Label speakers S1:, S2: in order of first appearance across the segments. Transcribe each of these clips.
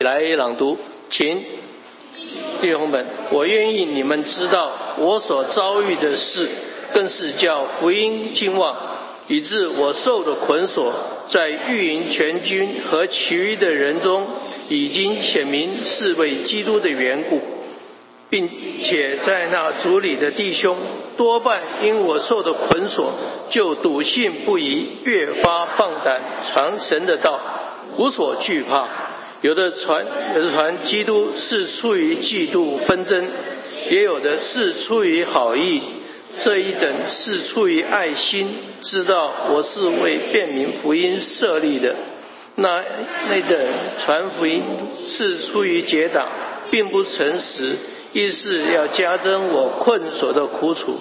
S1: 来朗读，请。弟兄们，我愿意你们知道我所遭遇的事，更是叫福音兴旺，以致我受的捆锁，在御营全军和其余的人中，已经显明是为基督的缘故，并且在那族里的弟兄，多半因我受的捆锁，就笃信不疑，越发放胆传神的道，无所惧怕。有的传，有的传基督是出于嫉妒纷争，也有的是出于好意，这一等是出于爱心，知道我是为便民福音设立的；那那等传福音是出于结党，并不诚实，亦是要加增我困锁的苦楚。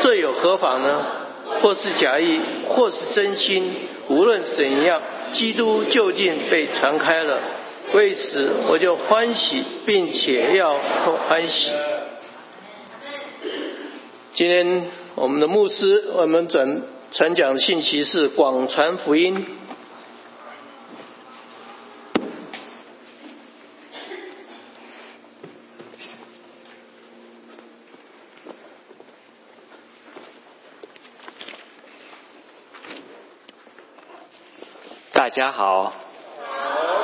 S1: 这有何法呢？或是假意，或是真心，无论怎样。基督究竟被传开了，为此我就欢喜，并且要欢喜。今天我们的牧师，我们转传讲的信息是广传福音。
S2: 大家好，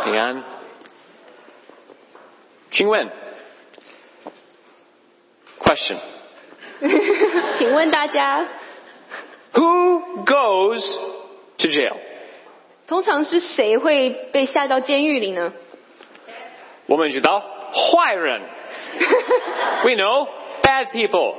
S2: 平安。请问，question:
S3: 请问大家，
S2: Who goes to jail？
S3: 通常是谁会被下到监狱里呢？
S2: 我们知道坏人。We know bad people.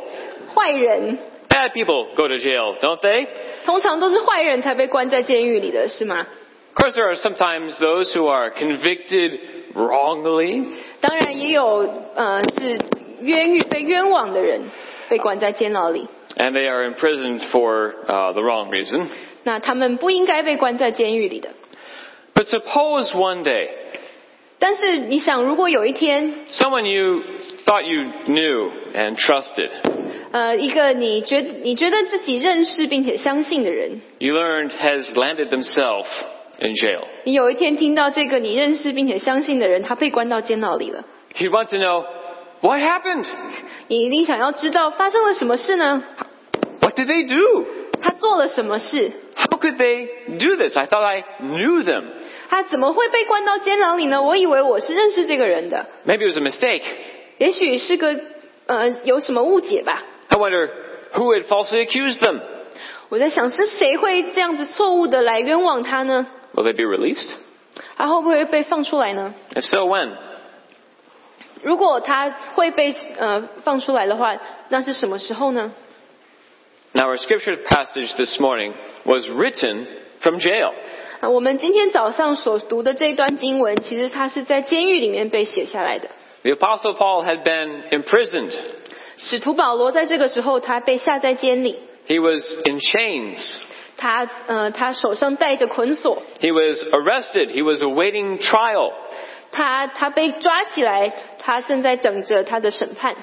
S3: 坏人，
S2: Bad people go to jail, don't they? Of
S3: 通常都是坏人才被关在监狱里的是吗？
S2: course, there are sometimes those who are convicted wrongly.
S3: 当然也有呃是冤狱被冤枉的人被关在监牢里，
S2: And they are imprisoned for uh, the wrong reason.
S3: 那他们不应该被关在监狱里的。
S2: But suppose one day
S3: 但是你想，如果有一天，
S2: someone you thought you knew and trusted,
S3: 呃，一个你觉你觉得自己认识并且相信的人，
S2: you learned has landed themselves in jail.
S3: 你有一天听到这个你认识并且相信的人他被关到监牢里了，
S2: You want to know what happened?
S3: 你一定想要知道发生了什么事呢？
S2: What did they do?
S3: 他做了什么事？
S2: How could they do this? I thought I knew them.
S3: 他怎么会被关到监牢里呢？我以为我是认识这个人的，
S2: Maybe it was a mistake.
S3: 也许是个呃有什么误解吧。
S2: I wonder who had falsely accused them.
S3: 我在想是谁会这样子错误的来冤枉他呢？
S2: Will they be released?
S3: 他会不会被放出来呢？
S2: If so, when?
S3: 如果他会被呃放出来的话，那是什么时候呢？
S2: Now, our scripture passage this morning was written from jail.
S3: 啊，我们今天早上所读的这一段经文，其实它是在监狱里面被写下来的。
S2: The Apostle Paul had been imprisoned.
S3: 使徒保罗在这个时候，他被下在监里，
S2: He was in chains.
S3: 他呃，他手上戴着捆锁，
S2: He was arrested. He was awaiting trial.
S3: 他他被抓起来，他正在等着他的审判。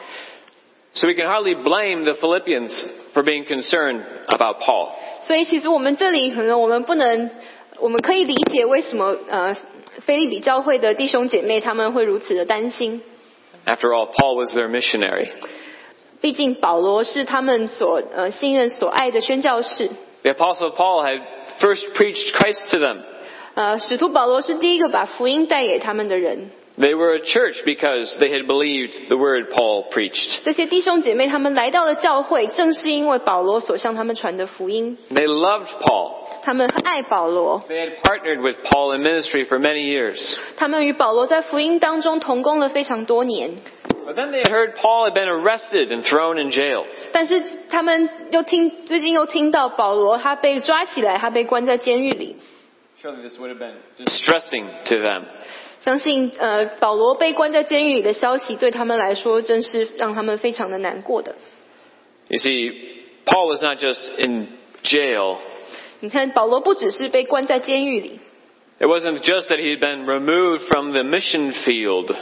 S2: So we can hardly blame the Philippians for being concerned about Paul.
S3: 所以，其实我们这里可能我们不能，我们可以理解为什么呃，菲利比教会的弟兄姐妹他们会如此的担心。
S2: After all, Paul was their missionary.
S3: 毕竟保罗是他们所呃信任所爱的宣教士，
S2: The Apostle Paul had first preached Christ to them.
S3: 呃，使徒保罗是第一个把福音带给他们的人。
S2: They were a church because they had believed the word Paul preached.
S3: 这些弟兄姐妹他们来到了教会，正是因为保罗所向他们传的福音，
S2: They loved Paul.
S3: 他们爱保罗，
S2: They had partnered with Paul in ministry for many years.
S3: 他们与保罗在福音当中同工了非常多年。
S2: But then they had heard Paul had been arrested and thrown in jail.
S3: 但是他们又听最近又听到保罗他被抓起来，他被关在监狱里。
S2: Surely this would have been distressing to them.
S3: 相信呃，保罗被关在监狱里的消息对他们来说，真是让他们非常的难过的。
S2: You see, Paul was not just in jail.
S3: 你看，保罗不只是被关在监狱里，
S2: It wasn't just that he had been removed from the mission field.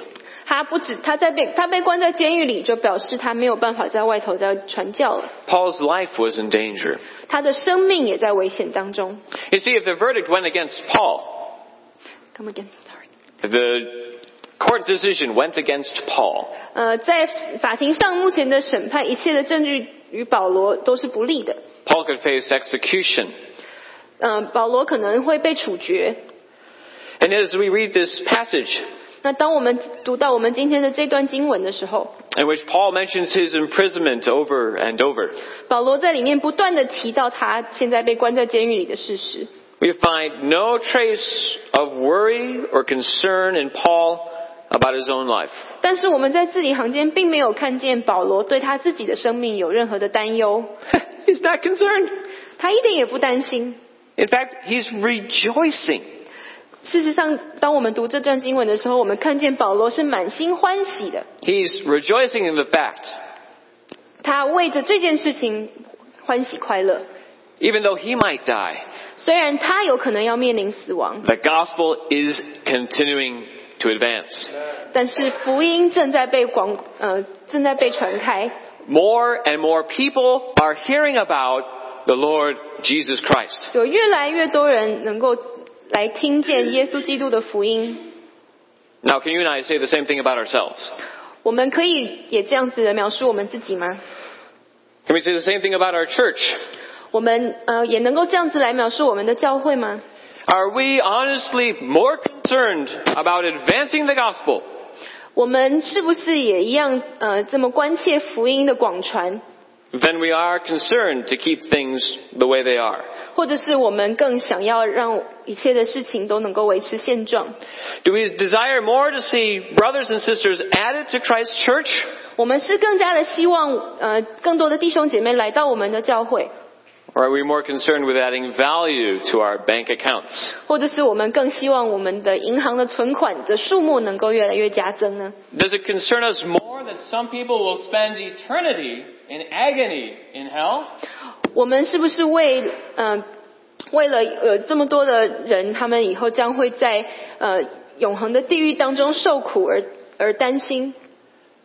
S3: 他不止他在被他被关在监狱里，就表示他没有办法在外头再传教了。
S2: Paul's life was in danger.
S3: 他的生命也在危险当中。
S2: You see, if the verdict went against Paul,
S3: Come again, sorry.
S2: The court decision went against Paul.
S3: 呃，在法庭上目前的审判，一切的证据与保罗都是不利的。
S2: Paul could face execution.
S3: 呃，保罗可能会被处决。
S2: And as we read this passage
S3: 那当我们读到我们今天的这段经文的时候，
S2: in which Paul mentions his imprisonment over and over,
S3: 保罗在里面不断的提到他现在被关在监狱里的事实。
S2: we find no trace of worry or concern in Paul about his own life.
S3: 但是我们在字里行间并没有看见保罗对他自己的生命有任何的担忧，
S2: he's not concerned.
S3: 他一点也不担心。
S2: In fact, he's rejoicing.
S3: 事实上，当我们读这段经文的时候，我们看见保罗是满心欢喜的，
S2: He's rejoicing in the fact,
S3: 他为着这件事情欢喜快乐。
S2: even though he might die,
S3: 虽然他有可能要面临死亡，
S2: the gospel is continuing to advance.
S3: 但是福音正在被广呃正在被传开，
S2: More and more people are hearing about the Lord Jesus Christ.
S3: 有越来越多人能够来听见耶稣基督的福音。
S2: Now, can you and I say the same thing about ourselves?
S3: 我们可以也这样子的描述我们自己吗？
S2: Can we say the same thing about our church?
S3: 我们呃也能够这样子来描述我们的教会吗？
S2: Are we honestly more concerned about advancing the gospel
S3: 我们是不是也一样呃这么关切福音的广传，
S2: than we are concerned to keep things the way they are?
S3: 或者是我们更想要让一切的事情都能够维持现状？
S2: Do we desire more to see brothers and sisters added to Christ's church
S3: 我们是更加的希望呃更多的弟兄姐妹来到我们的教会，
S2: Or are we more concerned with adding value to our bank accounts?
S3: 或者是我们更希望我们的银行的存款的数目能够越来越加增呢？
S2: Does it concern us more that some people will spend eternity in agony in hell?
S3: 我们是不是为呃为了有这么多的人，他们以后将会在呃永恒的地狱当中受苦而而担心？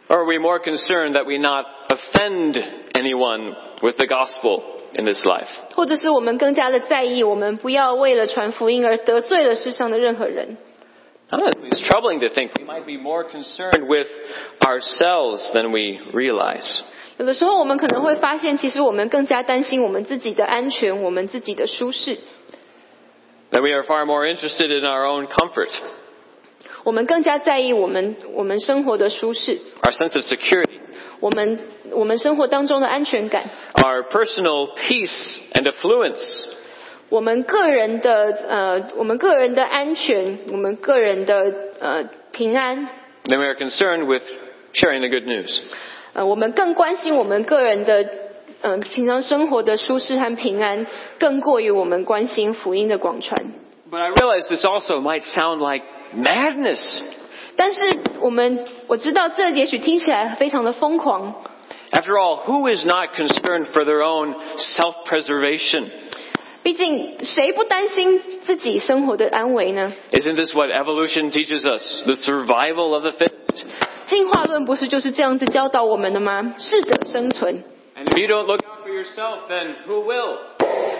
S2: Or are we more concerned that we not offend anyone with the gospel in this life?
S3: 或者是我们更加的在意，我们不要为了传福音而得罪了世上的任何人。
S2: Honestly, it's troubling to think we might be more concerned with ourselves than we realize.
S3: 有的时候，我们可能会发现，其实我们更加担心我们自己的安全，我们自己的舒适，
S2: That we are far more interested in our own comfort,
S3: 我们更加在意我们我们生活的舒适，
S2: our sense of security,
S3: 我们我们生活当中的安全感，
S2: our personal peace and affluence,
S3: 我们个人的呃，我们个人的安全，我们个人的呃平安，
S2: then we are concerned with sharing the good news.
S3: 呃，我们更关心我们个人的呃平常生活的舒适和平安，更过于我们关心福音的广传。
S2: But I realize this also might sound like madness.
S3: 但是我们我知道这也许听起来非常的疯狂，
S2: After all, who is not concerned for their own self-preservation?
S3: 毕竟谁不担心自己生活的安危呢？
S2: Isn't this what evolution teaches us? The survival of the fittest?
S3: 进化论不是就是这样子教导我们的吗？适者生存。
S2: And if you don't look out for yourself, then who will?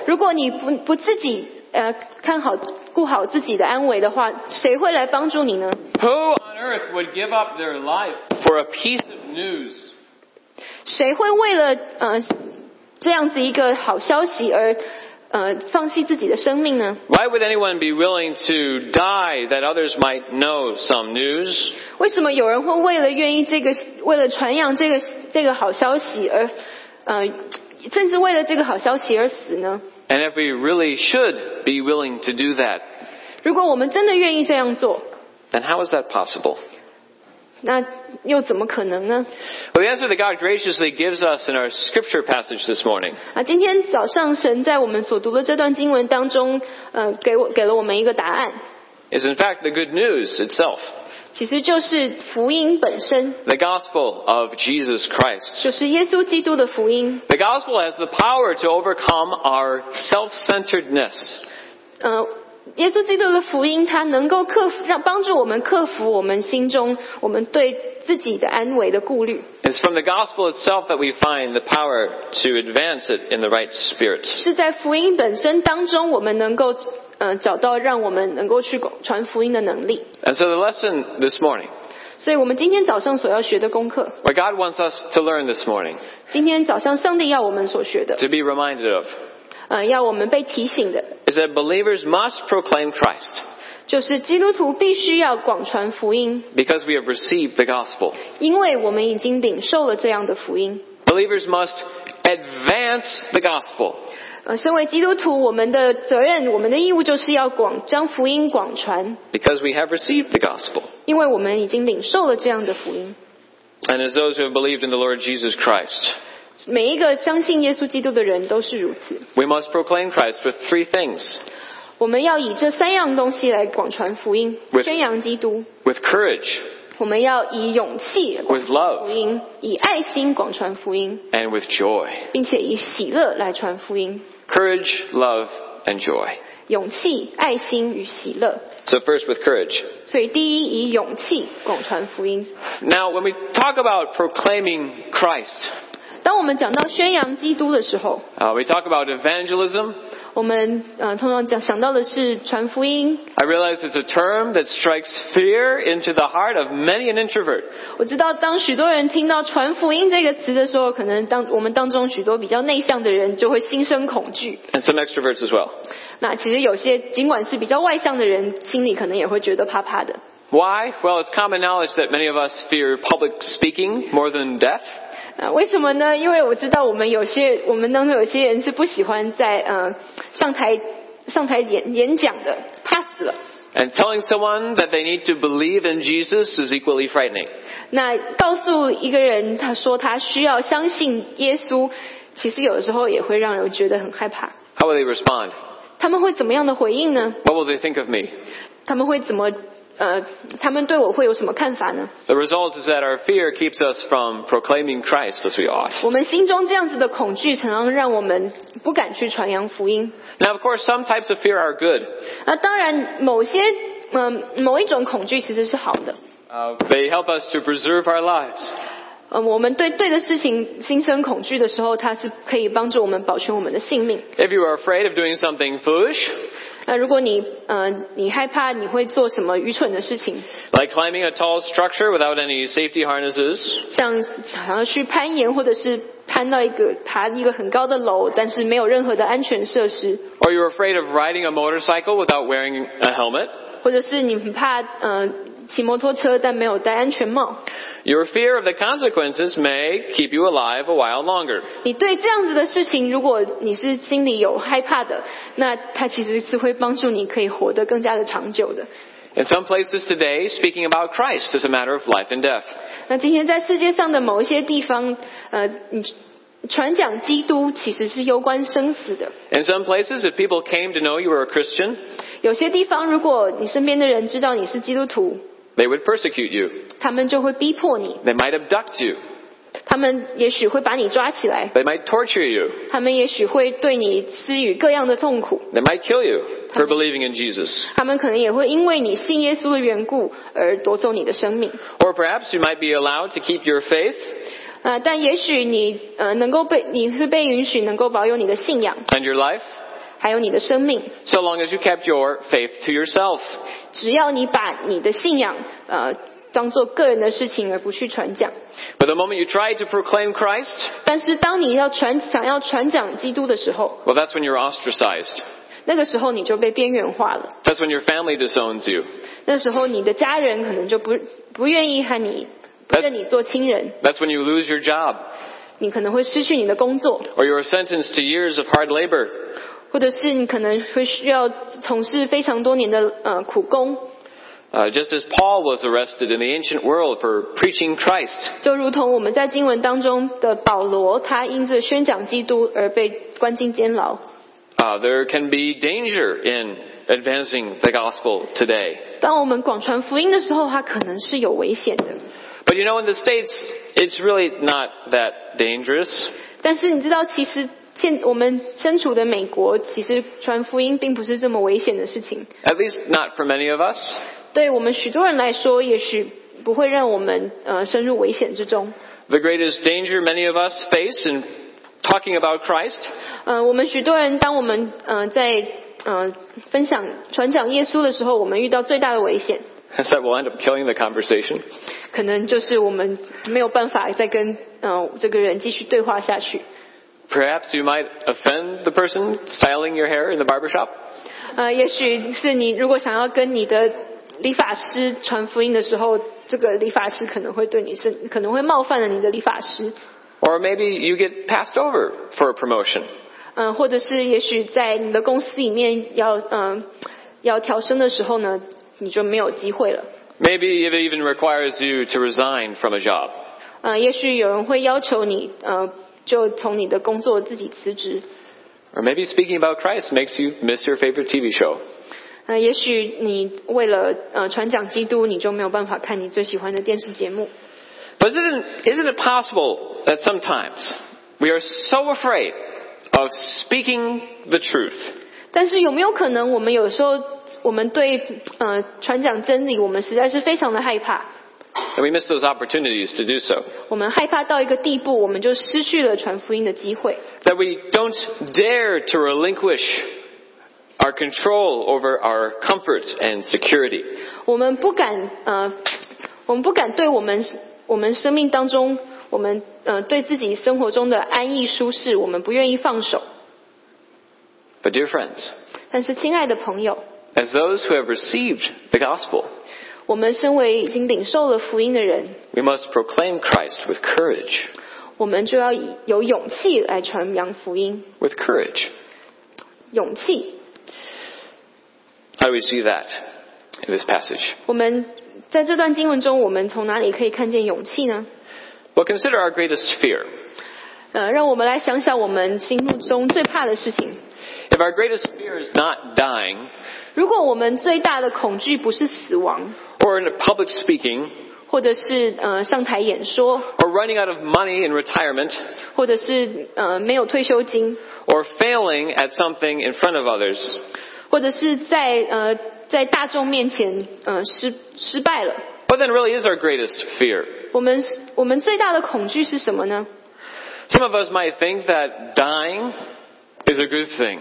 S3: 如果你不不自己呃看好顾好自己的安危的话，谁会来帮助你呢？
S2: Who on earth would give up their life for a piece of news?
S3: 谁会为了呃这样子一个好消息而呃放弃自己的生命呢？
S2: Why would anyone be willing to die that others might know some news?
S3: 为什么有人会为了愿意这个为了传扬这个这个好消息而呃甚至为了这个好消息而死呢？
S2: And if we really should be willing to do that,
S3: 如果我们真的愿意这样做，
S2: then how is that possible?
S3: 那又怎么可能呢？
S2: Well, the answer that God graciously gives us in our scripture passage this morning
S3: 啊，今天早上神在我们所读的这段经文当中，呃，给我给了我们一个答案，
S2: is in fact the good news itself.
S3: 其实就是福音本身，
S2: The gospel of Jesus Christ.
S3: 就是耶稣基督的福音。
S2: The gospel has the power to overcome our self-centeredness.
S3: 呃，耶稣基督的福音，它能够克服，让帮助我们克服我们心中我们对自己的安危的顾虑。
S2: It's from the gospel itself that we find the power to advance it in the right spirit.
S3: 是在福音本身当中，我们能够呃找到让我们能够去传福音的能力。
S2: And so the lesson this morning,
S3: 所以我们今天早上所要学的功课，
S2: what God wants us to learn this morning,
S3: 今天早上上帝要我们所学的，
S2: to be reminded of,
S3: 呃，要我们被提醒的，
S2: is that believers must proclaim Christ
S3: 就是基督徒必须要广传福音，
S2: because we have received the gospel.
S3: 因为我们已经领受了这样的福音。
S2: Believers must advance the gospel.
S3: 呃，身为基督徒，我们的责任、我们的义务就是要广将福音广传，
S2: because we have received the gospel.
S3: 因为我们已经领受了这样的福音。
S2: And as those who have believed in the Lord Jesus Christ,
S3: 每一个相信耶稣基督的人都是如此。
S2: we must proclaim Christ with three things
S3: 我们要以这三样东西来广传福音，
S2: With-
S3: 宣扬基督。
S2: with courage,
S3: 我们要以勇气广
S2: with
S3: 传福
S2: love,
S3: 音，以爱心广传福音，
S2: and with joy.
S3: 并且以喜乐来传福音。
S2: Courage, love, and joy.
S3: 勇气、爱心与喜乐。
S2: So, first with courage.
S3: 所以，第一，以勇气广传福音。
S2: Now, when we talk about proclaiming Christ,
S3: 当我们讲到宣扬基督的时候，
S2: uh, we talk about evangelism.
S3: 我们呃通常讲想到的是传福音。
S2: I realize it's a term that strikes fear into the heart of many an introvert.
S3: 我知道，当许多人听到“传福音”这个词的时候，可能当我们当中许多比较内向的人就会心生恐惧。
S2: And some extroverts as well.
S3: 那其实有些尽管是比较外向的人，心里可能也会觉得怕怕的。
S2: Why? Well, it's common knowledge that many of us fear public speaking more than death.
S3: 啊，为什么呢？因为我知道我们有些我们当中有些人是不喜欢在呃上台上台演演讲的，怕死了。
S2: And telling someone that they need to believe in Jesus is equally frightening.
S3: 那告诉一个人，他说他需要相信耶稣，其实有的时候也会让人觉得很害怕。
S2: How will they respond?
S3: 他们会怎么样的回应呢？
S2: What will they think of me?
S3: 他们会怎么呃，他们对我会有什么看法呢？
S2: The result is that our fear keeps us from proclaiming Christ as we ought.
S3: 我们心中这样子的恐惧，常常让我们不敢去传扬福音。
S2: Now, of course, some types of fear are good.
S3: 那当然，某些嗯、某一种恐惧其实是好的。
S2: Uh, they help us to preserve our lives.
S3: 呃，我们对对的事情心生恐惧的时候，它是可以帮助我们保全我们的性命。
S2: If you are afraid of doing something foolish,
S3: 那如果你呃你害怕你会做什么愚蠢的事情，
S2: like climbing a tall structure without any safety harnesses,
S3: 像想要去攀岩，或者是攀到一个爬一个很高的楼，但是没有任何的安全设施，
S2: or you're afraid of riding a motorcycle without wearing a helmet,
S3: 或者是你很怕呃骑摩托车但没有戴安全帽，
S2: your fear of the consequences may keep you alive a while longer.
S3: 你对这样子的事情，如果你是心里有害怕的，那它其实是会帮助你可以活得更加的长久的。
S2: In some places today, speaking about Christ is a matter of life and death.
S3: 那今天在世界上的某一些地方，呃，你传讲基督其实是攸关生死的。
S2: In some places, if people came to know you were a Christian,
S3: 有些地方，如果你身边的人知道你是基督徒，
S2: they would persecute you.
S3: 他们就会逼迫你，
S2: They might abduct you.
S3: 他们也许会把你抓起来，
S2: They might torture you.
S3: 他们也许会对你施予各样的痛苦，
S2: They might kill you for believing in Jesus.
S3: 他们可能也会因为你信耶稣的缘故而夺走你的生命。
S2: Or perhaps you might be allowed to keep your faith
S3: 啊、但也许你呃能够被你是被允许能够保有你的信仰，
S2: and your life
S3: 还有你的生命，
S2: so long as you kept your faith to yourself.
S3: 只要你把你的信仰呃当做个人的事情而不去传讲。
S2: But the moment you try to proclaim Christ,
S3: 但是当你要传想要传讲基督的时候，
S2: well, that's when you're ostracized.
S3: 那个时候你就被边缘化了。
S2: That's when your family disowns you.
S3: 那时候你的家人可能就不不愿意和你不认你做亲人，
S2: That's when you lose your job
S3: 你可能会失去你的工作，
S2: or you are sentenced to years of hard labor
S3: 或者是你可能会需要从事非常多年的呃苦工，
S2: Uh, just as Paul was arrested in the ancient world for preaching Christ,
S3: 就如同我们在经文当中的保罗，他因着宣讲基督而被关进监牢。
S2: uh, there can be danger in advancing the gospel today.
S3: 当我们广传福音的时候，他可能是有危险的。
S2: But you know, in the States, it's really not that dangerous.
S3: 但是你知道，其实现我们身处的美国，其实传福音并不是这么危险的事情。
S2: At least not for many of us.
S3: 对我们许多人来说，也许不会让我们呃深入危险之中。
S2: The greatest danger many of us face in talking about Christ
S3: 呃，我们许多人，当我们呃在呃分享传讲耶稣的时候，我们遇到最大的危险，
S2: is that we'll end up killing the conversation.
S3: 可能就是我们没有办法再跟呃这个人继续对话下去。
S2: Perhaps you might offend the person styling your hair in the barbershop.
S3: 呃，也许是你如果想要跟你的理发师传福音的时候，这个理发师可能会对你是可能会冒犯了你的理发师，
S2: Or maybe you get passed over for a promotion.
S3: 嗯、或者是也许在你的公司里面要嗯、要调升的时候呢，你就没有机会了。
S2: Maybe it even requires you to resign from a job.
S3: 嗯、也许有人会要求你，呃，就从你的工作自己辞职。
S2: Or maybe speaking about Christ makes you miss your favorite TV show.
S3: 呃，也许你为了呃传讲基督，你就没有办法看你最喜欢的电视节目。
S2: But isn't it, isn't it possible that sometimes we are so afraid of speaking the truth
S3: 但是有没有可能，我们有时候我们对呃传讲真理，我们实在是非常的害怕，
S2: that we miss those opportunities to do so?
S3: 我们害怕到一个地步，我们就失去了传福音的机会。
S2: That we don't dare to relinquish our control over our comfort and security.
S3: 我们不敢呃，我们不敢对我们我们生命当中，我们呃对自己生活中的安逸舒适，我们不愿意放手。
S2: But dear friends,
S3: 但是，亲爱的朋友，
S2: as those who have received the gospel,
S3: 我们身为已经领受了福音的人，
S2: we must proclaim Christ with courage.
S3: 我们就要以有勇气来传扬福音。
S2: With courage.
S3: 勇气，
S2: How do we see that in this passage?
S3: 我们在这段经文中，我们从哪里可以看见勇气呢？
S2: Well, consider our greatest fear.
S3: 呃，让我们来想想我们心目中最怕的事情。
S2: If our greatest fear is not dying,
S3: 如果我们最大的恐惧不是死亡，
S2: or in public speaking,
S3: 或者是呃上台演说，
S2: or running out of money in retirement,
S3: 或者是呃没有退休金，
S2: or failing at something in front of others,
S3: 或者是在呃在大众面前呃失失败了，
S2: what then really is our greatest fear?
S3: 我们我们最大的恐惧是什么呢？
S2: Some of us might think that dying is a good thing,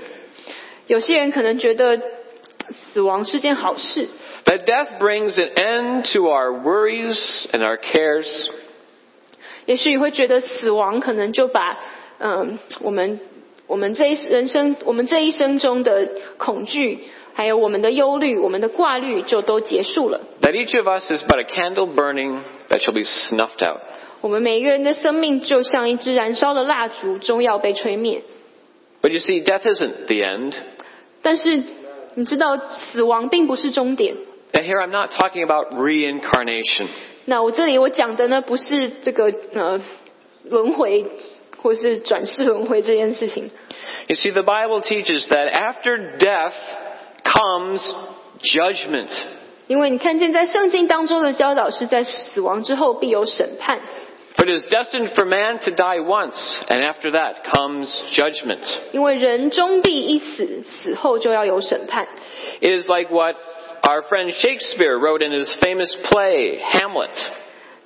S3: 有些人可能觉得死亡是件好事，
S2: that death brings an end to our worries and our cares,
S3: 也许会觉得死亡可能就把嗯、我们我们这一人生我们这一生中的恐惧，还有我们的忧虑、我们的挂虑就都结束了。
S2: that each of us is but a candle burning that shall be snuffed out.
S3: 我们每一个人的生命就像一支燃烧的蜡烛，终要被吹灭。
S2: But you see, death isn't the end.
S3: 但是你知道，死亡并不是终点。
S2: And here I'm not talking about reincarnation.
S3: 那我这里我讲的呢，不是这个呃轮回或是转世轮回这件事情。
S2: You see, the Bible teaches that after death comes judgment.
S3: 因为你看见在圣经当中的教导是在死亡之后必有审判，
S2: For it is destined for man to die once, and after that comes judgment.
S3: 因为人终必一死，死后就要有审判。
S2: It is like what our friend Shakespeare wrote in his famous play, Hamlet.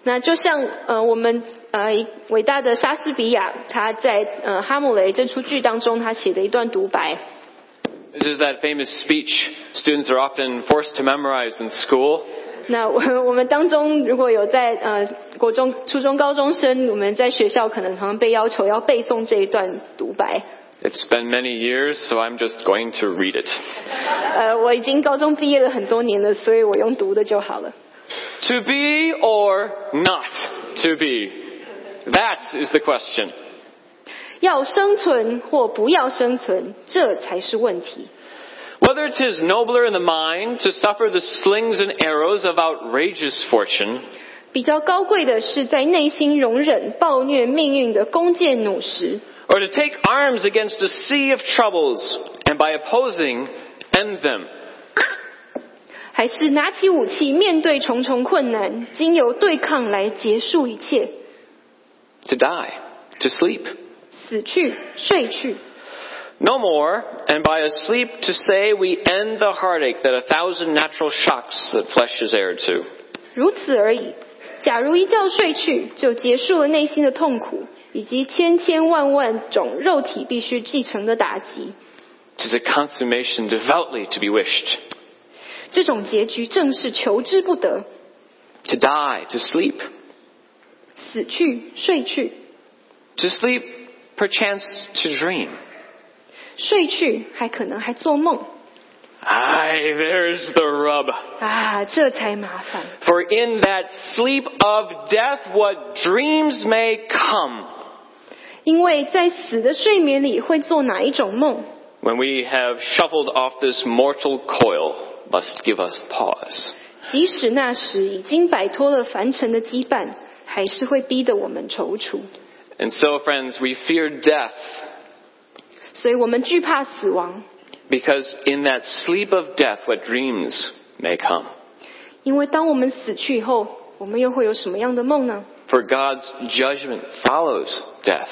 S3: 那就像呃我们呃伟大的莎士比亚他在呃《哈姆雷》这出剧当中他写的一段独白，
S2: This is that famous speech students are often forced to memorize in school.
S3: 那我我们当中如果有在呃国中、初中、高中生，我们在学校可能常常被要求要背诵这一段独白。
S2: It's been many years, so I'm just going to read it.
S3: 呃，我已经高中毕业了很多年了，所以我用读的就好了。
S2: To be or not to be? That is the question.
S3: 要生存或不要生存，这才是问题。
S2: Whether 'tis nobler in the mind to suffer the slings and arrows of outrageous fortune,
S3: 比较高贵的是在内心容忍暴虐命运的弓箭弩石，
S2: or to take arms against a sea of troubles, and by opposing, end them.
S3: 还是拿起武器面对重重困难，经由对抗来结束一切，
S2: To die, to sleep.
S3: 死去、睡去，
S2: No more, and by a sleep to say we end the heartache that a thousand natural shocks that flesh is heir to.
S3: 如此而已。假如一觉睡去，就结束了内心的痛苦，以及千千万万种肉体必须继承的打击。
S2: 'Tis a consummation devoutly to be wished.
S3: 这种结局正是求之不得，
S2: To die, to sleep,
S3: 死去、睡去、
S2: to sleep, perchance to dream.
S3: 睡去，还可能还做梦
S2: Aye, there's the rub.
S3: 啊，这才麻烦。
S2: For in that sleep of death, what dreams may come.
S3: 因为在死的睡眠里会做哪一种梦？
S2: When we have shuffled off this mortal coil, must give us pause.
S3: 即使那时已经摆脱了凡尘的羁绊，还是会逼得我们踌躇。
S2: And so, friends, we fear death
S3: 所以我们惧怕死亡，
S2: because in that sleep of death, what dreams may come.
S3: 因为当我们死去以后，我们又会有什么样的梦呢？
S2: For God's judgment follows death.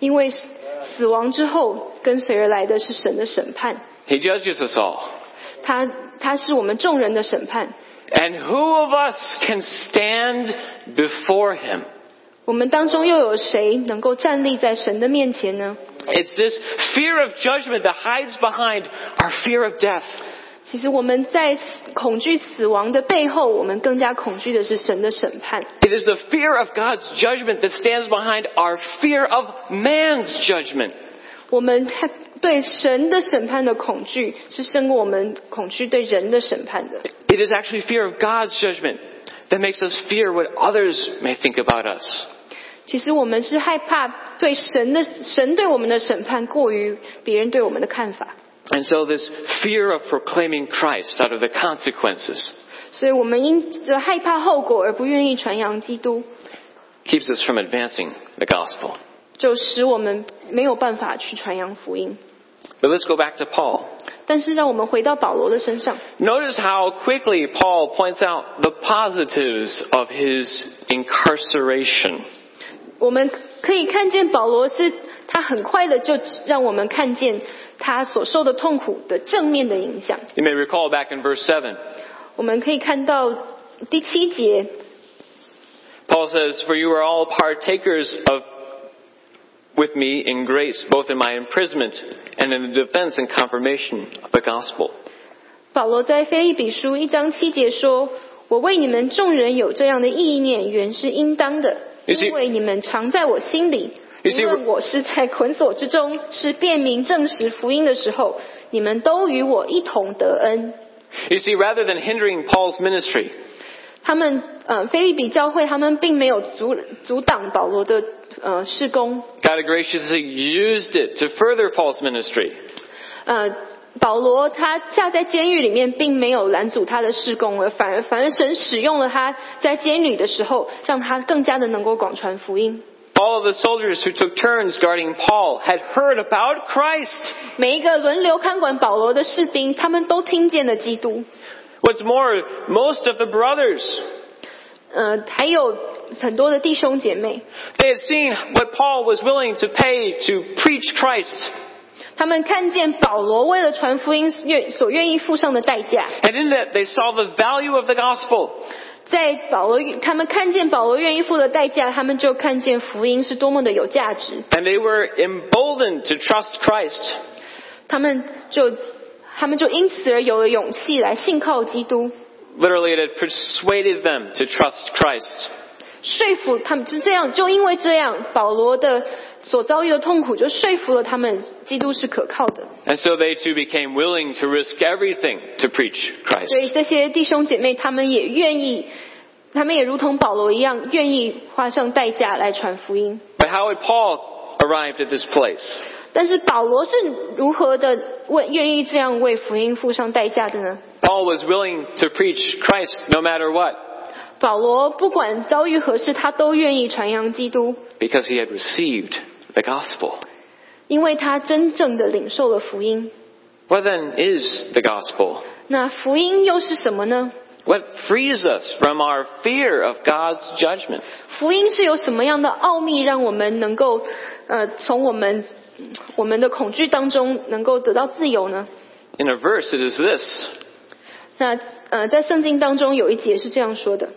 S3: 因为死亡之后跟随而来的是神的审判，
S2: He judges us all.
S3: 他他是我们众人的审判。
S2: And who of us can stand before him?
S3: 我们当中又有谁能够站立在神的面前呢？
S2: It's this fear of judgment that hides behind our fear of death.
S3: 其实我们在死恐惧死亡的背后，我们更加恐惧的是神的审判。
S2: It is the fear of God's judgment that stands behind our fear of man's judgment.
S3: 我们看对神的审判的恐惧，是胜过我们恐惧对人的审判的。
S2: It is actually fear of God's judgment that makes us fear what others may think about us.
S3: 其实我们是害怕对神的神对我们的审判过于别人对我们的看法，
S2: And so this fear of proclaiming Christ out of the consequences
S3: 所以我们因着害怕后果而不愿意传扬基督，
S2: keeps us from advancing the gospel.
S3: 就使我们没有办法去传扬福音。
S2: But let's go back to Paul.
S3: 但是让我们回到保罗的身上，
S2: Notice how quickly Paul points out the positives of his incarceration.
S3: 我们可以看见保罗是他很快的就让我们看见他所受的痛苦的正面的影响。
S2: You may recall back in verse 7,
S3: 我们可以看到第七节，
S2: Paul says, For you are all partakers of with me in grace, both in my imprisonment and in the defense and confirmation of the gospel.
S3: 保罗在腓立比书一章七节说：“我为你们众人有这样的意念，原是应当的，
S2: You see-
S3: 因为你们常在我心里。
S2: You
S3: 无
S2: see-
S3: 论我是在捆锁之中，是辨明证实福音的时候，你们都与我一同得恩。”
S2: You see, rather than hindering Paul's ministry,
S3: 他们呃，菲利比教会他们并没有阻阻挡保罗的呃事工，
S2: God graciously used it to further Paul's ministry.
S3: 呃，保罗他下在监狱里面，并没有拦阻他的事工，而反而反而神使用了他在监狱里的时候，让他更加的能够广传福音。
S2: All of the soldiers who took turns guarding Paul had heard about Christ.
S3: 每一个轮流看管保罗的士兵，他们都听见了基督。
S2: What's more, most of the brothers,
S3: 呃，还有很多的弟兄姐妹，
S2: they had seen what Paul was willing to pay to preach Christ.
S3: 他们看见保罗为了传福音愿所愿意付上的代价，
S2: And in that, they saw the value of the gospel.
S3: 在保罗他们看见保罗愿意付的代价，他们就看见福音是多么的有价值。
S2: And they were emboldened to trust Christ.
S3: 他们就他们就因此而有了勇气来信靠基督，
S2: Literally, it had persuaded them to trust Christ.
S3: 说服他们就这样，就因为这样，保罗的所遭遇的痛苦就说服了他们，基督是可靠的。
S2: And so they too became willing to risk everything to preach Christ.
S3: 所以这些弟兄姐妹他们也愿意，他们也如同保罗一样，愿意花上代价来传福音。
S2: But how had Paul arrived at this place?
S3: 但是保罗是如何的为愿意这样为福音付上代价的呢？
S2: Paul was willing to preach Christ no matter what
S3: 保罗不管遭遇何事，他都愿意传扬基督，
S2: because he had received the gospel.
S3: 因为他真正的领受了福音。
S2: What then is the gospel?
S3: 那福音又是什么呢？
S2: What frees us from our fear of God's judgment?
S3: 福音是有什么样的奥秘，让我们能够呃从我们我们的恐惧当中能够得到自由呢？
S2: In a verse, it is this
S3: 那呃，在圣经当中有一节是这样说的：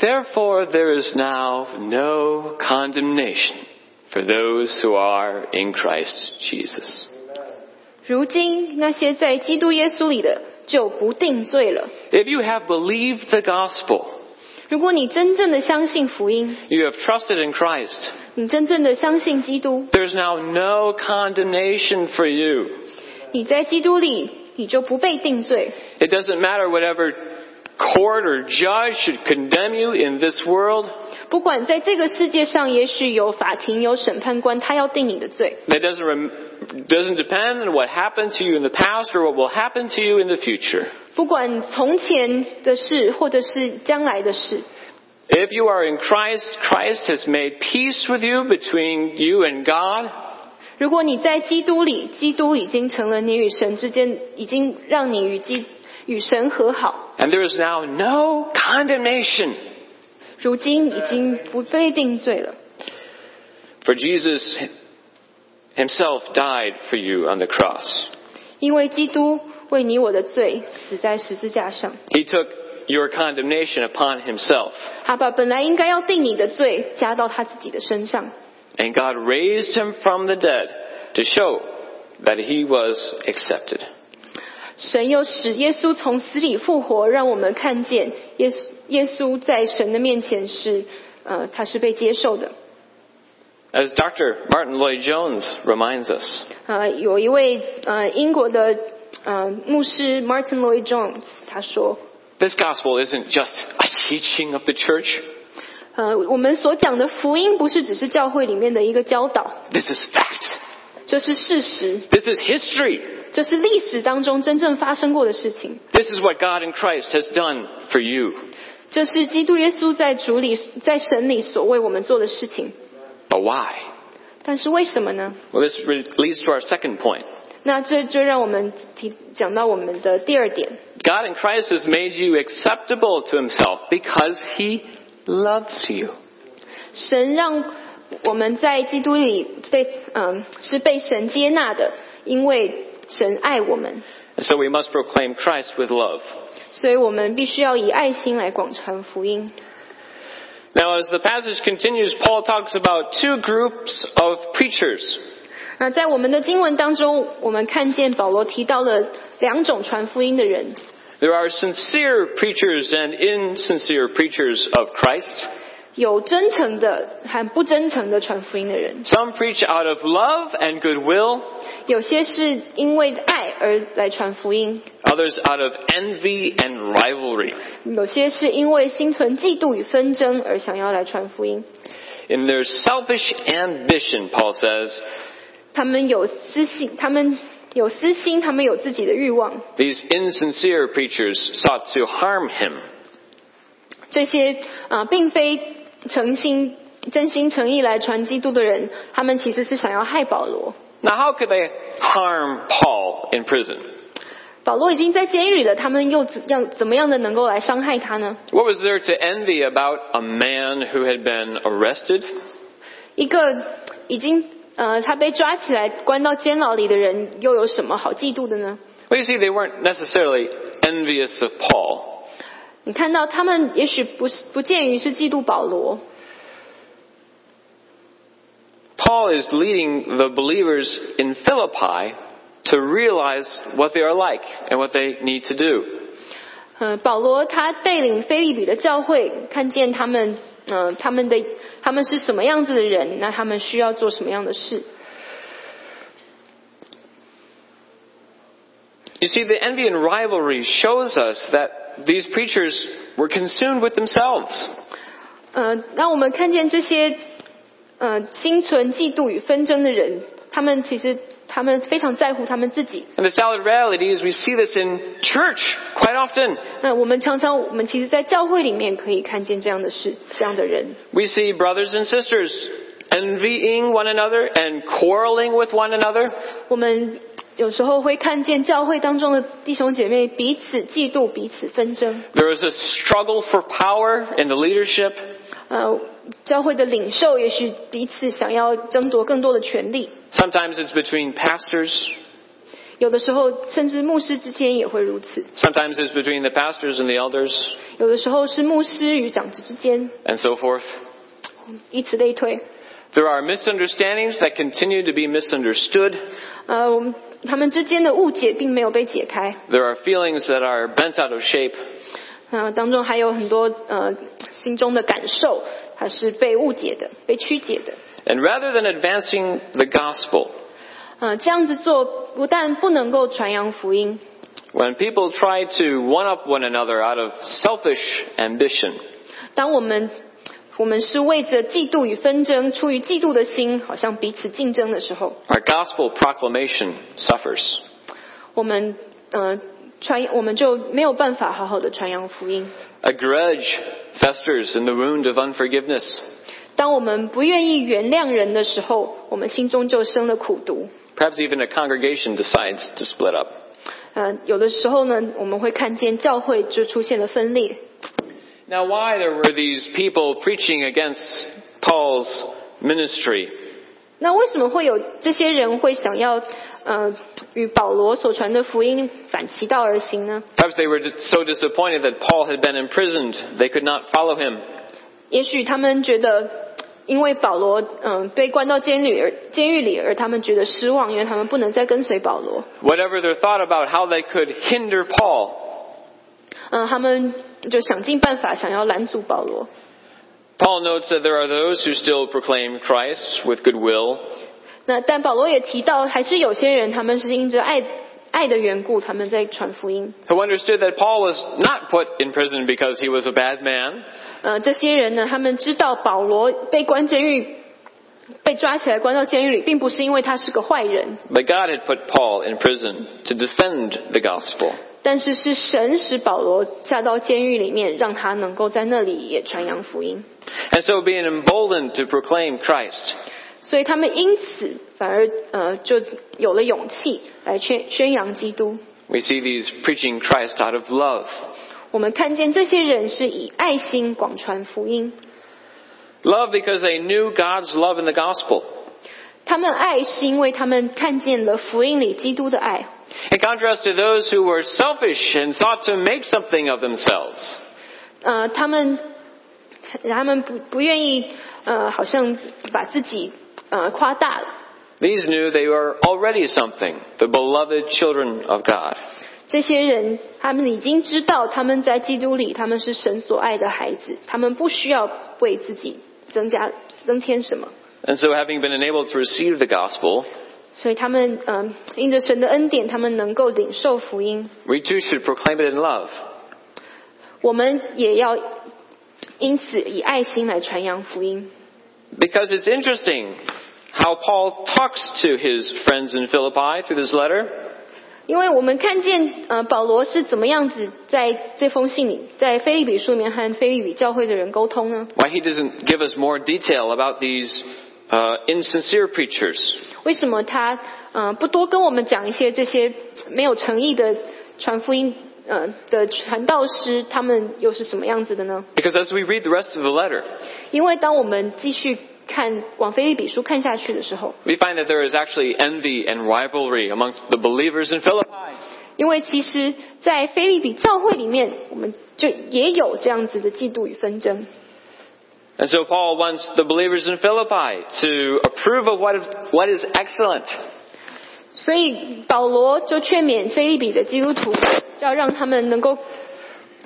S2: Therefore, there is now no condemnation for those who are in Christ Jesus.
S3: 如今那些在基督耶稣里的就不定罪了。
S2: If you have believed the gospel,
S3: 如果你真正的相信福音，
S2: you have trusted in Christ,
S3: 你真正的相信基督，
S2: there's now no condemnation for you.
S3: 你在基督里，你就不被定罪。
S2: It doesn't matter whatever court or judge should condemn you in this world,
S3: 不管在这个世界上，也许有法庭、有审判官，他要定你的罪，
S2: that doesn't, rem- doesn't depend on what happened to you in the past or what will happen to you in the future.
S3: 不管从前的事，或者是将来的事。
S2: If you are in Christ, Christ has made peace with you between you and God.
S3: 如果你在基督里，基督已经成了你与神之间，已经让你与基与神和好，
S2: And there is now no condemnation.
S3: 如今已经不被定罪了。
S2: For Jesus himself died for you on the cross.
S3: 因为基督为你我的罪死在十字架上，
S2: He took your condemnation upon himself.
S3: 他把本来应该要定你的罪加到他自己的身上，
S2: And God raised him from the dead to show that he was accepted.
S3: 神又使耶稣从死里复活，让我们看见耶稣耶稣在神的面前是呃他是被接受的。
S2: As Dr. Martin Lloyd Jones reminds us,
S3: 呃，有一位呃英国的呃牧师 Martin Lloyd Jones 他说，
S2: this gospel isn't just a teaching of the church.
S3: 呃，我们所讲的福音不是只是教会里面的一个教导，
S2: This is fact.
S3: 这是事实，
S2: This is history.
S3: 这是历史当中真正发生过的事情，
S2: This is what God in Christ has done for you.
S3: 这是基督耶稣在主里在神里所为我们做的事情。
S2: But why?
S3: 但是为什么呢？
S2: Well, this re- leads to our second point.
S3: 那这就让我们提讲到我们的第二点，
S2: God in Christ has made you acceptable to himself because he loves you.
S3: 神让我们在基督里被嗯是被神接纳的，因为神爱我们，
S2: And so we must proclaim Christ with love.
S3: 所以我们必须要以爱心来广传福音。
S2: Now, as the passage continues, Paul talks about two groups of preachers.
S3: 那在我们的经文当中，我们看见保罗提到了两种传福音的人，
S2: There are sincere preachers and insincere preachers of Christ.
S3: 有真诚的和不真诚的传福音的人，
S2: Some preach out of love and goodwill,
S3: 有些是因为爱而来传福音，
S2: others out of envy and rivalry.
S3: 有些是因为心存嫉妒与纷争而想要来传福音。
S2: In their selfish ambition, Paul says,
S3: 他们有私心，他们有私心，他们有自己的欲望。
S2: these insincere preachers sought to harm him.
S3: 这些啊、呃并非诚心、真心诚意来传基督的人，他们其实是想要害保罗。
S2: Now, how could they harm Paul in prison?
S3: 保罗已经在监狱里了，他们又怎样怎么样的能够来伤害他呢？
S2: What was there to envy about a man who had been arrested?
S3: 一个已经呃他被抓起来关到监牢里的人，又有什么好嫉妒的呢？
S2: Well, you see, they weren't necessarily envious of Paul.
S3: 你看到他们也许不是不见于是嫉妒保罗，
S2: Paul is leading the believers in Philippi to realize what they are like and what they need to do.
S3: 呃，保罗他带领菲利比的教会，看见他们，呃，他们的他们是什么样子的人，那他们需要做什么样的事。
S2: You see, the envy and rivalry shows us that these preachers were consumed with themselves.
S3: 呃，让我们看见这些，呃，心存嫉妒与纷争的人，他们其实他们非常在乎他们自己。
S2: And the sad reality is we see this in church quite often.
S3: 那我们常常，我们其实，在教会里面可以看见这样的事，这样的人。
S2: We see brothers and sisters envying one another and quarreling with one another.
S3: 我们有时候会看见教会当中的弟兄姐妹彼此嫉妒、彼此纷争。
S2: There is a struggle for power in the leadership.
S3: 呃，教会的领袖也许彼此想要争夺更多的权利，
S2: Sometimes it's between pastors.
S3: 有的时候甚至牧师之间也会如此，
S2: Sometimes it's between the pastors and the elders
S3: 有的时候是牧师与长子之间，
S2: and so forth.
S3: 以此类推。
S2: There are misunderstandings that continue to be misunderstood.
S3: 呃，我们他们之间的误解并没有被解开。
S2: There are feelings that are bent out of shape,
S3: 嗯，当中还有很多呃心中的感受，它是被误解的、被曲解的。
S2: and rather than advancing the gospel,
S3: 呃，这样子做不但不能够传扬福音，
S2: when people try to one up one another out of selfish ambition,
S3: 当我们我们是为着嫉妒与纷争，出于嫉妒的心，好像彼此竞争的时候，
S2: our gospel proclamation suffers.
S3: 我们呃传我们就没有办法好好的传扬福音。
S2: A grudge festers in the wound of unforgiveness.
S3: 当我们不愿意原谅人的时候，我们心中就生了苦毒。
S2: Perhaps even a congregation decides to split up.
S3: 呃，有的时候呢，我们会看见教会就出现了分裂。
S2: Now, why there were these people preaching against Paul's ministry?
S3: 那为什么会有这些人会想要呃与保罗所传的福音反其道而行呢？
S2: Perhaps they were so disappointed that Paul had been imprisoned, they could not follow him.
S3: 也许他们觉得，因为保罗嗯、呃被关到监狱而监狱里，而他们觉得失望，因为他们不能再跟随保罗。
S2: Whatever their thought about how they could hinder Paul,
S3: 嗯、他们就想尽办法想要拦阻保罗。
S2: Paul notes that there are those who still proclaim Christ with goodwill,
S3: 那但保罗也提到，还是有些人他们是因着爱爱的缘故，他们在传福音。
S2: who understood that Paul was not put in prison because he was a bad man,
S3: 呃，这些人呢，他们知道保罗被关监狱，被抓起来关到监狱里，并不是因为他是个坏人，
S2: but God had put Paul in prison to defend the gospel.
S3: 但是是神使保罗下到监狱里面，让他能够在那里也传扬福音。
S2: And so being emboldened to proclaim Christ,
S3: 所以他们因此反而呃就有了勇气来宣宣扬基督。
S2: we see these preaching Christ out of love.
S3: 我们看见这些人是以爱心广传福音，
S2: Love because they knew God's love in the gospel.
S3: 他们爱是因为他们看见了福音里基督的爱。
S2: In contrast to those who were selfish and sought to make something of themselves,
S3: 呃，他们他们不不愿意呃，好像把自己呃夸大了。
S2: these knew they were already something, the beloved children of God.
S3: 这些人，他们已经知道他们在基督里，他们是神所爱的孩子，他们不需要为自己增加增添什么，
S2: And so, having been enabled to receive the gospel,
S3: 所以他们嗯、呃因着神的恩典，他们能够领受福音。
S2: we too should proclaim it in love.
S3: 我们也要因此以爱心来传扬福音。
S2: Because it's interesting how Paul talks to his friends in Philippi through this letter.
S3: 因为我们看见，呃，保罗是怎么样子在这封信里，在菲利比书里面和菲利比教会的人沟通呢？
S2: Why he doesn't give us more detail about these uh, insincere preachers.
S3: 为什么他，呃，不多跟我们讲一些这些没有诚意的传福音，呃的传道师，他们又是什么样子的呢？
S2: Because as we read the rest of the letter,
S3: 因为当我们继续看往菲利比书看下去的时候，
S2: we find that there is actually envy and rivalry amongst the believers in Philippi.
S3: 因为其实，在菲利比教会里面，我们就也有这样子的嫉妒与纷争。
S2: And so Paul wants the believers in Philippi to approve of what, what is excellent.
S3: 所以保罗就劝勉菲利比的基督徒，要让他们能够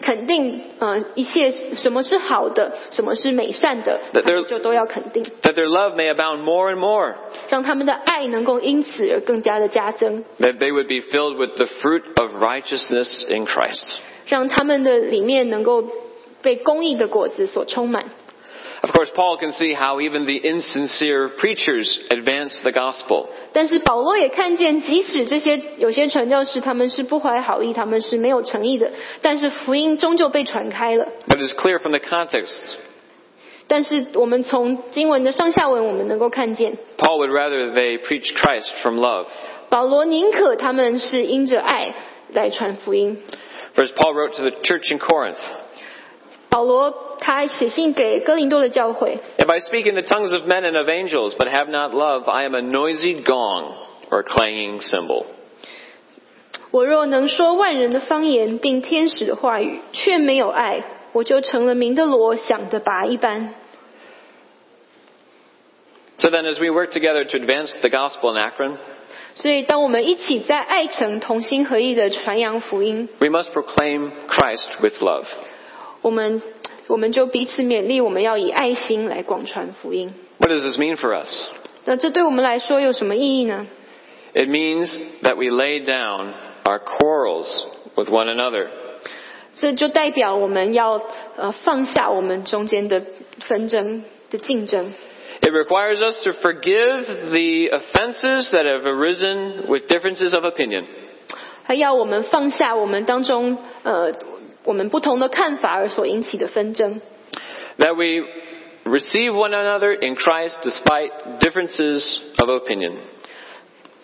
S3: 肯定，呃，一切什么是好的，什么是美善的，
S2: That
S3: 他
S2: they're-
S3: 们就都要肯定，
S2: That their love may abound more and more.
S3: 让他们的爱能够因此而更加的加增，
S2: That they would be filled with the fruit of righteousness in Christ.
S3: 让他们的里面能够被公义的果子所充满。
S2: Of course, Paul can see how even the insincere preachers advance the gospel.
S3: 但是保罗也看见，即使这些有些传教士他们是不怀好意，他们是没有诚意的，但是福音终究被传开了。
S2: But it's clear from the context,
S3: 但是我们从经文的上下文，我们能够看见，
S2: Paul would rather they preach Christ from love.
S3: 保罗宁可他们是因着爱来传福音。
S2: For as Paul wrote to the church in Corinth,
S3: 保罗他写信给哥林多的教会，
S2: If I speak in the tongues of men and of angels, but have not love, I am a noisy gong or clanging cymbal.
S3: 我若能说万人的方言，并天使的话语，却没有爱，我就成了鸣的锣，响的拔一般。
S2: So then, as we work together to advance the gospel in Akron,
S3: 所以，当我们一起在爱城同心合意的传扬福音，
S2: We must proclaim Christ with love.
S3: 我们我们就彼此勉励，我们要以爱心来广传福音。
S2: What does this mean for us?
S3: 那这对我们来说有什么意义呢？
S2: It means that we lay down our quarrels with one another.
S3: 这就代表我们要呃放下我们中间的纷争的竞争，
S2: It requires us to forgive the offenses that have arisen with differences of opinion.
S3: 还要我们放下我们当中呃我们不同的看法而所引起的纷争，
S2: That we receive one another in Christ despite differences of opinion.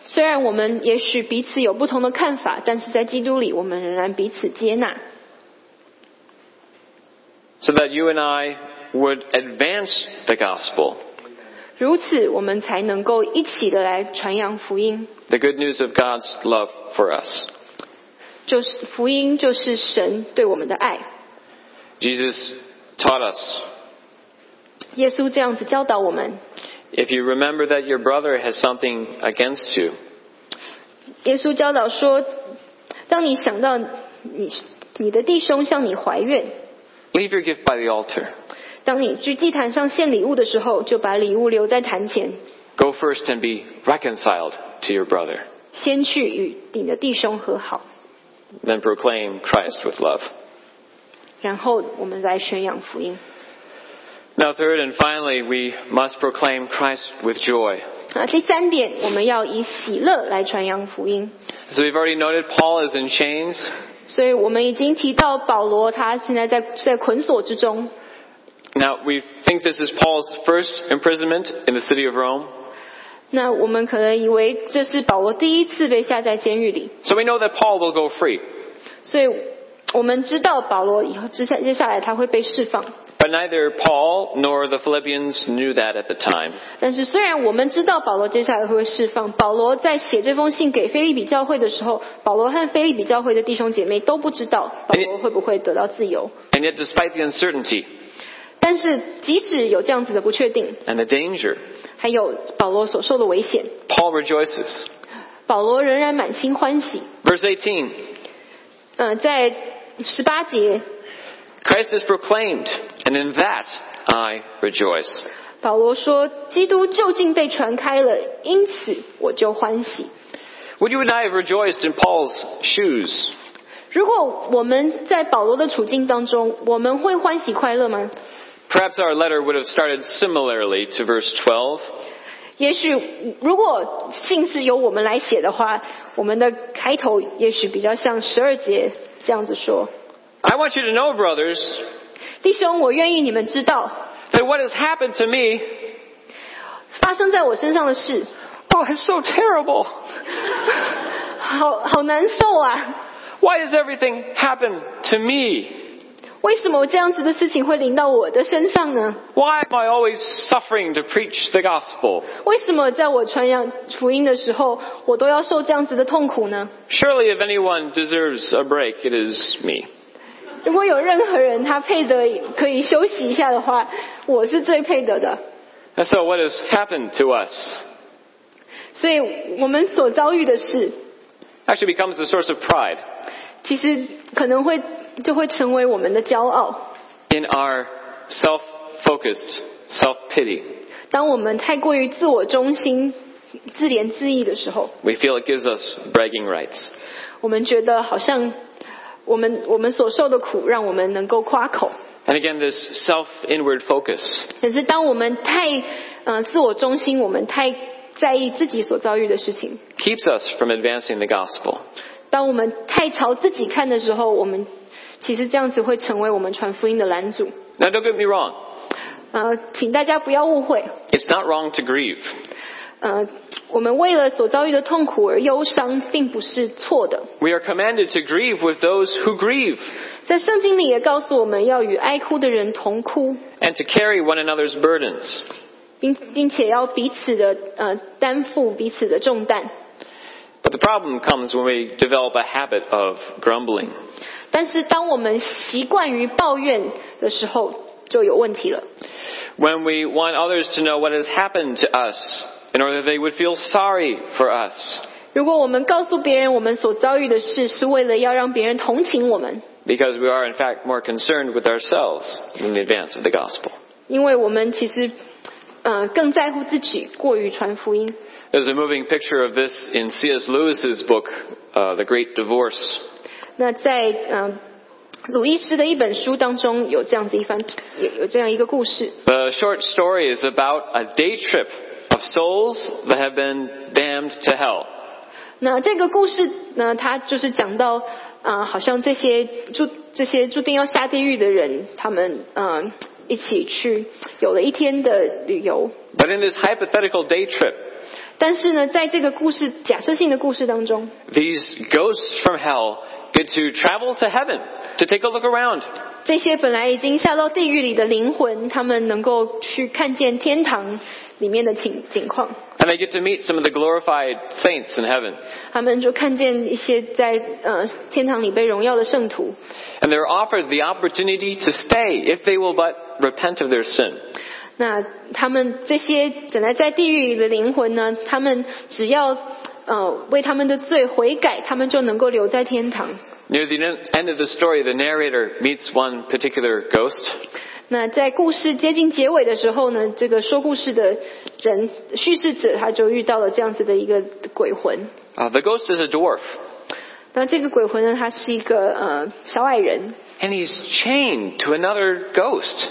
S3: 虽然我们也许彼此有不同的看法，但是在基督里，我们仍然彼此接纳，
S2: So that you and I would advance the gospel,
S3: 如此我们才能够一起的来传扬福音。
S2: the good news of God's love for us.
S3: 就是福音，就是神对我们的爱。
S2: Jesus taught us
S3: 耶稣这样子教导我们。
S2: If you remember that your brother has something against you,
S3: 耶稣教导说，当你想到你你的弟兄向你怀怨，
S2: leave your gift by the altar.
S3: 当你去祭坛上献礼物的时候，就把礼物留在坛前，
S2: Go first and be reconciled to your brother.
S3: 先去与你的弟兄和好，
S2: Then proclaim Christ with love.
S3: 然后我们来宣扬福音。
S2: Now, third and finally, we must proclaim Christ with joy.
S3: 啊，第三点，我们要以喜乐来传扬福音。
S2: So we've already noted Paul is in chains.
S3: 所以我们已经提到保罗，他现在在在捆锁之中。
S2: Now, we think this is Paul's first imprisonment in the city of Rome.
S3: 那我们可能以为这是保罗第一次被下在监狱里，
S2: So we know that Paul will go free.
S3: 所以我们知道保罗以后接下接下来他会被释放。
S2: But neither Paul nor the Philippians knew that at the time.
S3: 但是虽然我们知道保罗接下来会被释放，保罗在写这封信给菲利比教会的时候，保罗和菲利比教会的弟兄姐妹都不知道保罗会不会得到自由。
S2: And yet, despite the uncertainty
S3: 但是即使有这样子的不确定，
S2: and the danger,
S3: 还有保罗所受的危险，
S2: Paul rejoices.
S3: 保罗仍然满心欢喜。
S2: Verse 18
S3: 嗯、在十八节，
S2: Christ is proclaimed, and in that I rejoice.
S3: 保罗说：“基督究竟被传开了，因此我就欢喜。
S2: Would you and I have rejoiced in Paul's shoes? ”
S3: 如果我们在保罗的处境当中，我们会欢喜快乐吗？
S2: Perhaps our letter would have started similarly to verse 12.
S3: 也许，如果信是由我们来写的话，我们的开头也许比较像十二节这样子说
S2: I want you to know, brothers,：“
S3: 弟兄，我愿意你们知道，
S2: that what has happened to me,
S3: 发生在我身上的事，
S2: oh, it's so terrible.
S3: 好好难受啊！
S2: Why does everything happen to me?
S3: 为什么这样子的事情会临到我的身上呢？”
S2: Why am I always suffering to preach the gospel?
S3: 为什么在我传扬福音的时候，我都要受这样子的痛苦呢？
S2: Surely, if anyone deserves a break, it is me.
S3: 如果有任何人他配得可以休息一下的话，我是最配得的。
S2: And so, what has happened to us
S3: 所以我们所遭遇的事，
S2: actually becomes a source of pride
S3: 其实可能会就会成为我们的骄傲。
S2: in our self focused self pity.
S3: 当我们太过于自我中心、自怜自艾的时候，
S2: We feel it gives us bragging rights.
S3: 我们觉得好像我们我们所受的苦让我们能够夸口。
S2: And again, this self inward focus
S3: 可是当我们太呃自我中心，我们太在意自己所遭遇的事情，
S2: keeps us from advancing the gospel.
S3: 当我们太朝自己看的时候，我们其实这样子会成为我们传福音的拦阻。
S2: Now, don't get me wrong,
S3: 呃，请大家不要误会，
S2: it's not wrong to grieve.
S3: 呃，我们为了所遭遇的痛苦而忧伤，并不是错的。
S2: We are commanded to grieve with those who grieve
S3: 在圣经里也告诉我们要与哀哭的人同哭，
S2: and to carry one another's burdens.
S3: 并并且要彼此的呃担负彼此的重担。
S2: But the problem comes when we develop a habit of grumbling.
S3: 但是当我们习惯于抱怨的时候，就有问题了。
S2: When we want others to know what has happened to us in order that they would feel sorry for us.
S3: 如果我们告诉别人我们所遭遇的事，是为了要让别人同情我们，
S2: because we are in fact more concerned with ourselves than the advance of the gospel.
S3: 因为我们其实，呃，更在乎自己，过于传福音。
S2: There's a moving picture of this in C.S. Lewis's book, uh, The Great Divorce.
S3: 那在嗯、呃鲁易斯的一本书当中有这样子一番，有有这样一个故事。
S2: The short story is about a day trip of souls that have been damned to hell.
S3: 那这个故事呢，它就是讲到，呃，好像这些注这些注定要下地狱的人，他们呃一起去有了一天的旅游。
S2: But in this hypothetical day trip,
S3: 但是呢，在这个故事假设性的故事当中，
S2: these ghosts from hell get to travel to heaven to take a look around.
S3: 这些本来已经下到地狱里的灵魂，他们能够去看见天堂里面的情景况，
S2: And they get to meet some of the glorified saints in heaven.
S3: 他们就看见一些在呃天堂里被荣耀的圣徒，
S2: And they're offered the opportunity to stay if they will but repent of their sin.
S3: 那他们这些本来在地狱里的灵魂呢，他们只要呃为他们的罪悔改，他们就能够留在天堂。
S2: Near the end of the story, the narrator meets one particular ghost,
S3: 那在故事接近结尾的时候呢，这个说故事的人叙事者他就遇到了这样子的一个鬼魂。
S2: Uh, the ghost is a dwarf,
S3: 那这个鬼魂呢，他是一个呃小矮人。
S2: and he's chained to another ghost.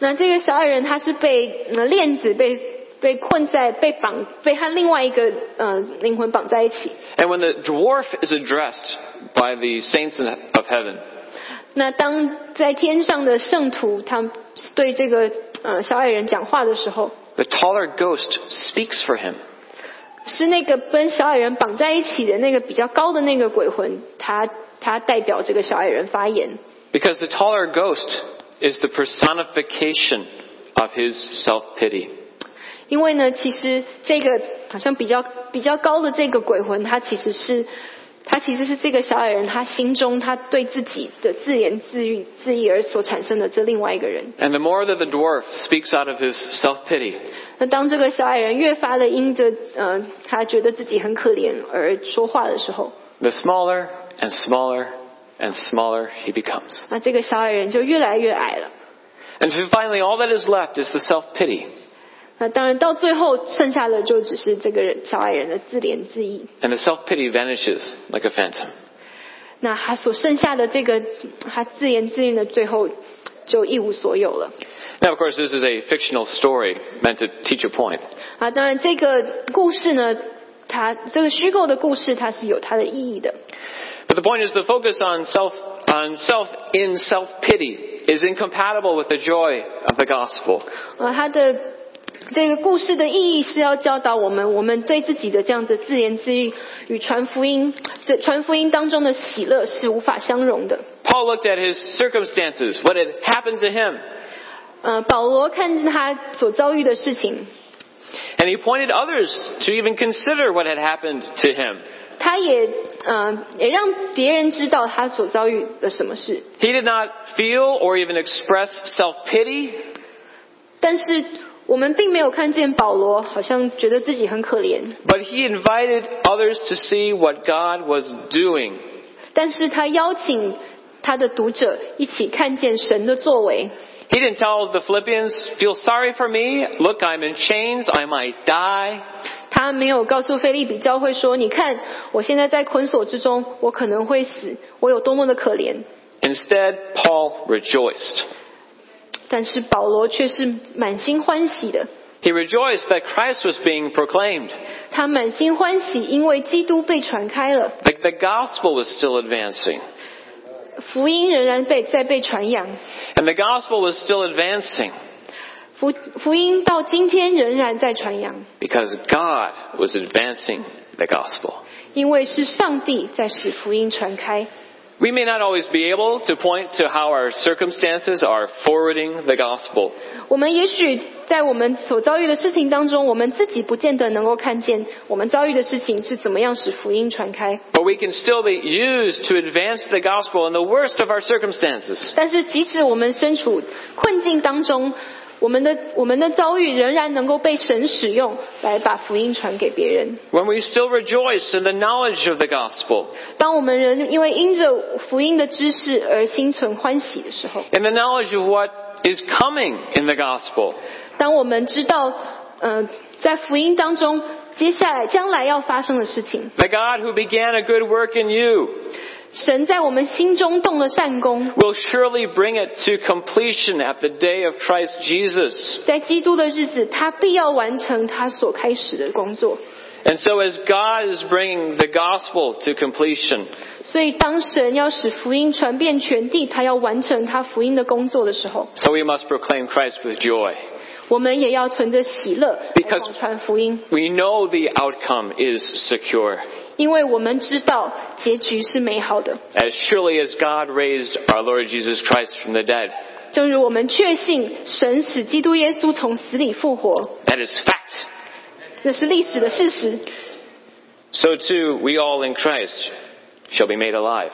S3: 那这个小矮人他是被呃链子被被困在被绑被和另外一个呃灵魂绑在一起。
S2: And when the dwarf is addressed by the saints in- of heaven,
S3: 那当在天上的圣徒他对这个呃小矮人讲话的时候，
S2: the taller ghost speaks for him.
S3: 是那个跟小矮人绑在一起的那个比较高的那个鬼魂，他他代表这个小矮人发言。
S2: Because the taller ghost is the personification of his self pity.
S3: 因为呢，其实这个好像比较比较高的这个鬼魂，他其实是他其实是这个小矮人他心中他对自己的自言自语自意而所产生的这另外一个人。
S2: And the more that the dwarf speaks out of his self pity,
S3: 那当这个小矮人越发的因着呃他觉得自己很可怜而说话的时候，
S2: the smaller and smaller and smaller he becomes.
S3: 那这个小矮人就越来越矮了。
S2: And finally, all that is left is the self pity.
S3: 那当然，到最后剩下的就只是这个人小矮人的自怜自艾。
S2: And the self pity vanishes like a phantom.
S3: 那他所剩下的这个他自言自语的最后就一无所有了。
S2: Now, of course, this is a fictional story meant to teach a point.
S3: 啊，当然这个故事呢，它这个虚构的故事它是有它的意义的。
S2: But the point is, the focus on self, on self in self pity is incompatible with the joy of the gospel.
S3: 呃，它的这个故事的意义是要教导我们，我们对自己的这样子自言自语与传福音，这传福音当中的喜乐是无法相容的。
S2: Paul looked at his circumstances, what had happened to him,
S3: 呃，保罗看他所遭遇的事情，
S2: and he pointed others to even consider what had happened to him.
S3: 他也呃也让别人知道他所遭遇的什么事，
S2: He did not feel or even express self pity,
S3: 但是我们并没有看见保罗好像觉得自己很可怜，
S2: but he invited others to see what God was doing.
S3: 但是他邀请他的读者一起看见神的作为。
S2: He didn't tell the Philippians, feel sorry for me, look, I'm in chains, I might die.
S3: 他没有告诉菲利比教会说：“你看，我现在在捆锁之中，我可能会死，我有多么的可怜。
S2: Instead, Paul rejoiced. ”
S3: 但是保罗却是满心欢喜的，
S2: He rejoiced that Christ was being proclaimed,
S3: 他满心欢喜，因为基督被传开了，
S2: that the gospel was still advancing.
S3: 福音仍然被在被传扬，
S2: And the gospel was still advancing
S3: 福福音到今天仍然在传扬，
S2: because God was advancing the gospel.
S3: 因为是上帝在使福音传开。
S2: We may not always be able to point to how our circumstances are forwarding the gospel,
S3: 我们也许在我们所遭遇的事情当中，我们自己不见得能够看见我们遭遇的事情是怎么样使福音传开。
S2: but we can still be used to advance the gospel in the worst of our circumstances.
S3: 但是，即使我们身处困境当中，我们的我们的遭遇仍然能够被神使用，来把福音传给别人。
S2: When we still rejoice in the knowledge of the gospel,
S3: 当我们人因为因着福音的知识而心存欢喜的时候，
S2: in the knowledge of what is coming in the gospel,
S3: 当我们知道，呃，在福音当中接下来将来要发生的事情，
S2: the God who began a good work in you
S3: 神在我们心中动了善功，
S2: will surely bring it to completion at the day of Christ Jesus.
S3: 在基督的日子，他必要完成他所开始的工作。
S2: And so as God is bringing the gospel to completion,
S3: 所以，当神要使福音传遍全地，他要完成他福音的工作的时候，
S2: so we must proclaim Christ with joy.
S3: 我们也要存着喜乐来
S2: Because-
S3: 广传福音，
S2: We know the outcome is secure.
S3: 因为我们知道结局是美好的。
S2: As surely as God raised our Lord Jesus Christ from the dead,
S3: 正如我们确信神使基督耶稣从死里复活，
S2: that is fact.
S3: 这是历史的事实。
S2: So too, we all in Christ shall be made alive.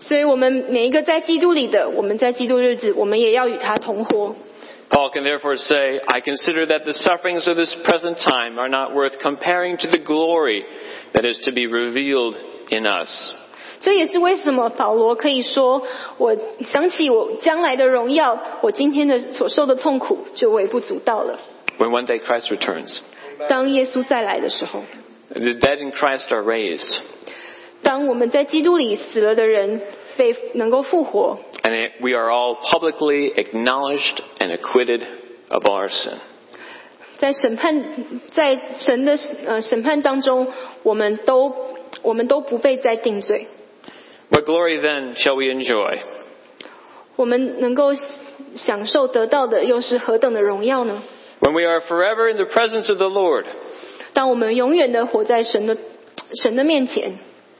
S3: 所以，我们每一个在基督里的，我们在基督日子，我们也要与他同活。
S2: Paul can therefore say, I consider that the sufferings of this present time are not worth comparing to the glory that is to be revealed in us.
S3: 这也是为什么保罗可以说：“我想起我将来的荣耀，我今天的所受的痛苦就微不足道了。
S2: When one day Christ returns, ”
S3: 当耶稣再来的时候，
S2: the dead in Christ are raised,
S3: 当我们在基督里死了的人被能够复活，
S2: and it- we are all publicly acknowledged and acquitted of our sin.
S3: 在审判，在神的呃审判当中，我们都我们都不被再定罪，
S2: What glory then shall we enjoy?
S3: 我们能够享受得到的又是何等的荣耀呢？
S2: When we are forever in the presence of the Lord,
S3: 当我们永远的活在神的神的面前，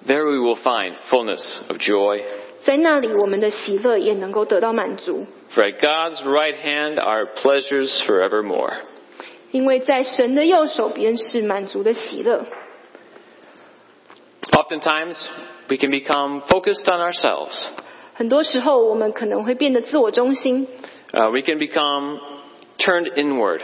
S2: there we will find fullness of joy.
S3: 在那里我们的喜乐也能够得到满足，
S2: For at God's right hand are pleasures forevermore.
S3: 因为在神的右手边是满足的喜乐。
S2: Oftentimes, we can become focused on ourselves.
S3: 很多时候，我们可能会变得自我中心，
S2: Uh, we can become turned inward.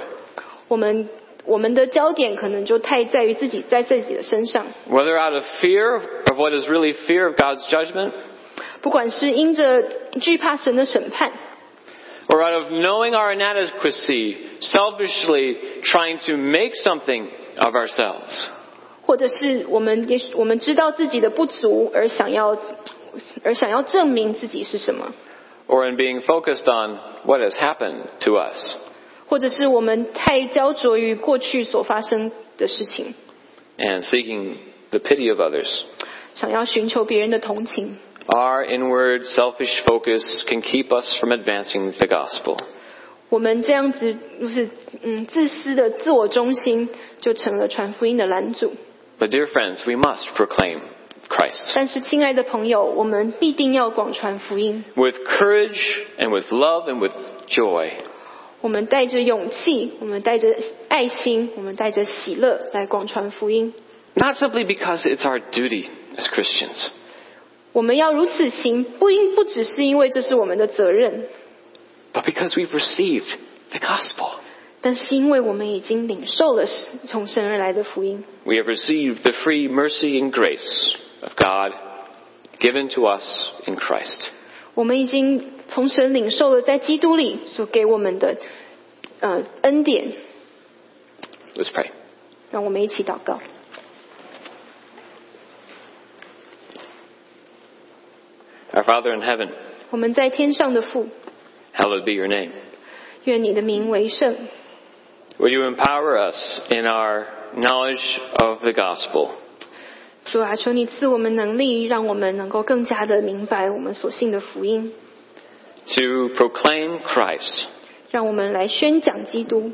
S3: 我们我们的焦点可能就太在于自己在自己的身上，
S2: Whether out of fear of what is really fear of God's judgment,
S3: 不管是因着惧怕神的审判，
S2: or out of knowing our inadequacy, selfishly trying to make something of ourselves.
S3: 或者是我们也许我们知道自己的不足而想要而想要证明自己是什么，
S2: or in being focused on what has happened to us.
S3: 或者是我们太焦灼于过去所发生的事情，
S2: and seeking the pity of others.
S3: 想要寻求别人的同情。
S2: Our inward selfish focus can keep us from advancing the gospel.
S3: 我们这样子就是嗯自私的自我中心，就成了传福音的拦阻。
S2: But dear friends, we must proclaim Christ
S3: 但是，亲爱的朋友，我们必定要广传福音。
S2: with courage and with love and with joy.
S3: 我们带着勇气，我们带着爱心，我们带着喜乐来广传福音。
S2: Not simply because it's our duty as Christians,
S3: 我们要如此行，不因不只是因为这是我们的责任，
S2: but because we've received the gospel.
S3: 但是因为我们已经领受了从神而来的福音，
S2: We have received the free mercy and grace of God given to us in Christ.
S3: 我们已经从神领受了在基督里所给我们的呃恩典。
S2: Let's pray.
S3: 让我们一起祷告。
S2: Our Father in heaven,
S3: 我们在天上的父，
S2: hallowed be your name.
S3: 愿你的名为圣，
S2: Will you empower us in our knowledge of the gospel?
S3: 主啊，求你赐我们能力，让我们能够更加的明白我们所信的福音，
S2: to proclaim Christ
S3: 让我们来宣讲基督，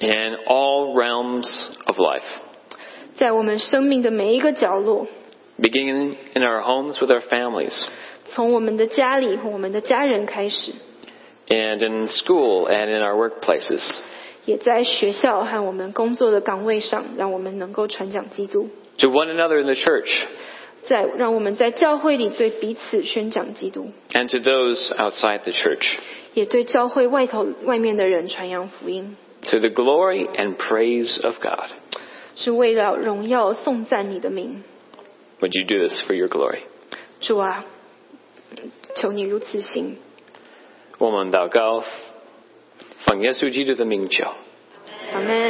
S2: in all realms of life,
S3: 在我们生命的每一个角落，
S2: beginning in our homes with our families,
S3: 从我们的家里和我们的家人开始，
S2: and in school and in our workplaces.
S3: 也在学校和我们工作的岗位上，让我们能够传讲基督，
S2: To one another in the church
S3: 在让我们在教会里对彼此宣讲基督，
S2: and to those outside the church.
S3: 也对教会外头外面的人传扬福音，
S2: to the glory and praise of God.
S3: 是为了荣耀颂赞你的名。
S2: Would you do this for your glory?
S3: 主啊，求你如此行。
S2: 我们祷告，奉耶稣基督的名求。
S3: 阿门。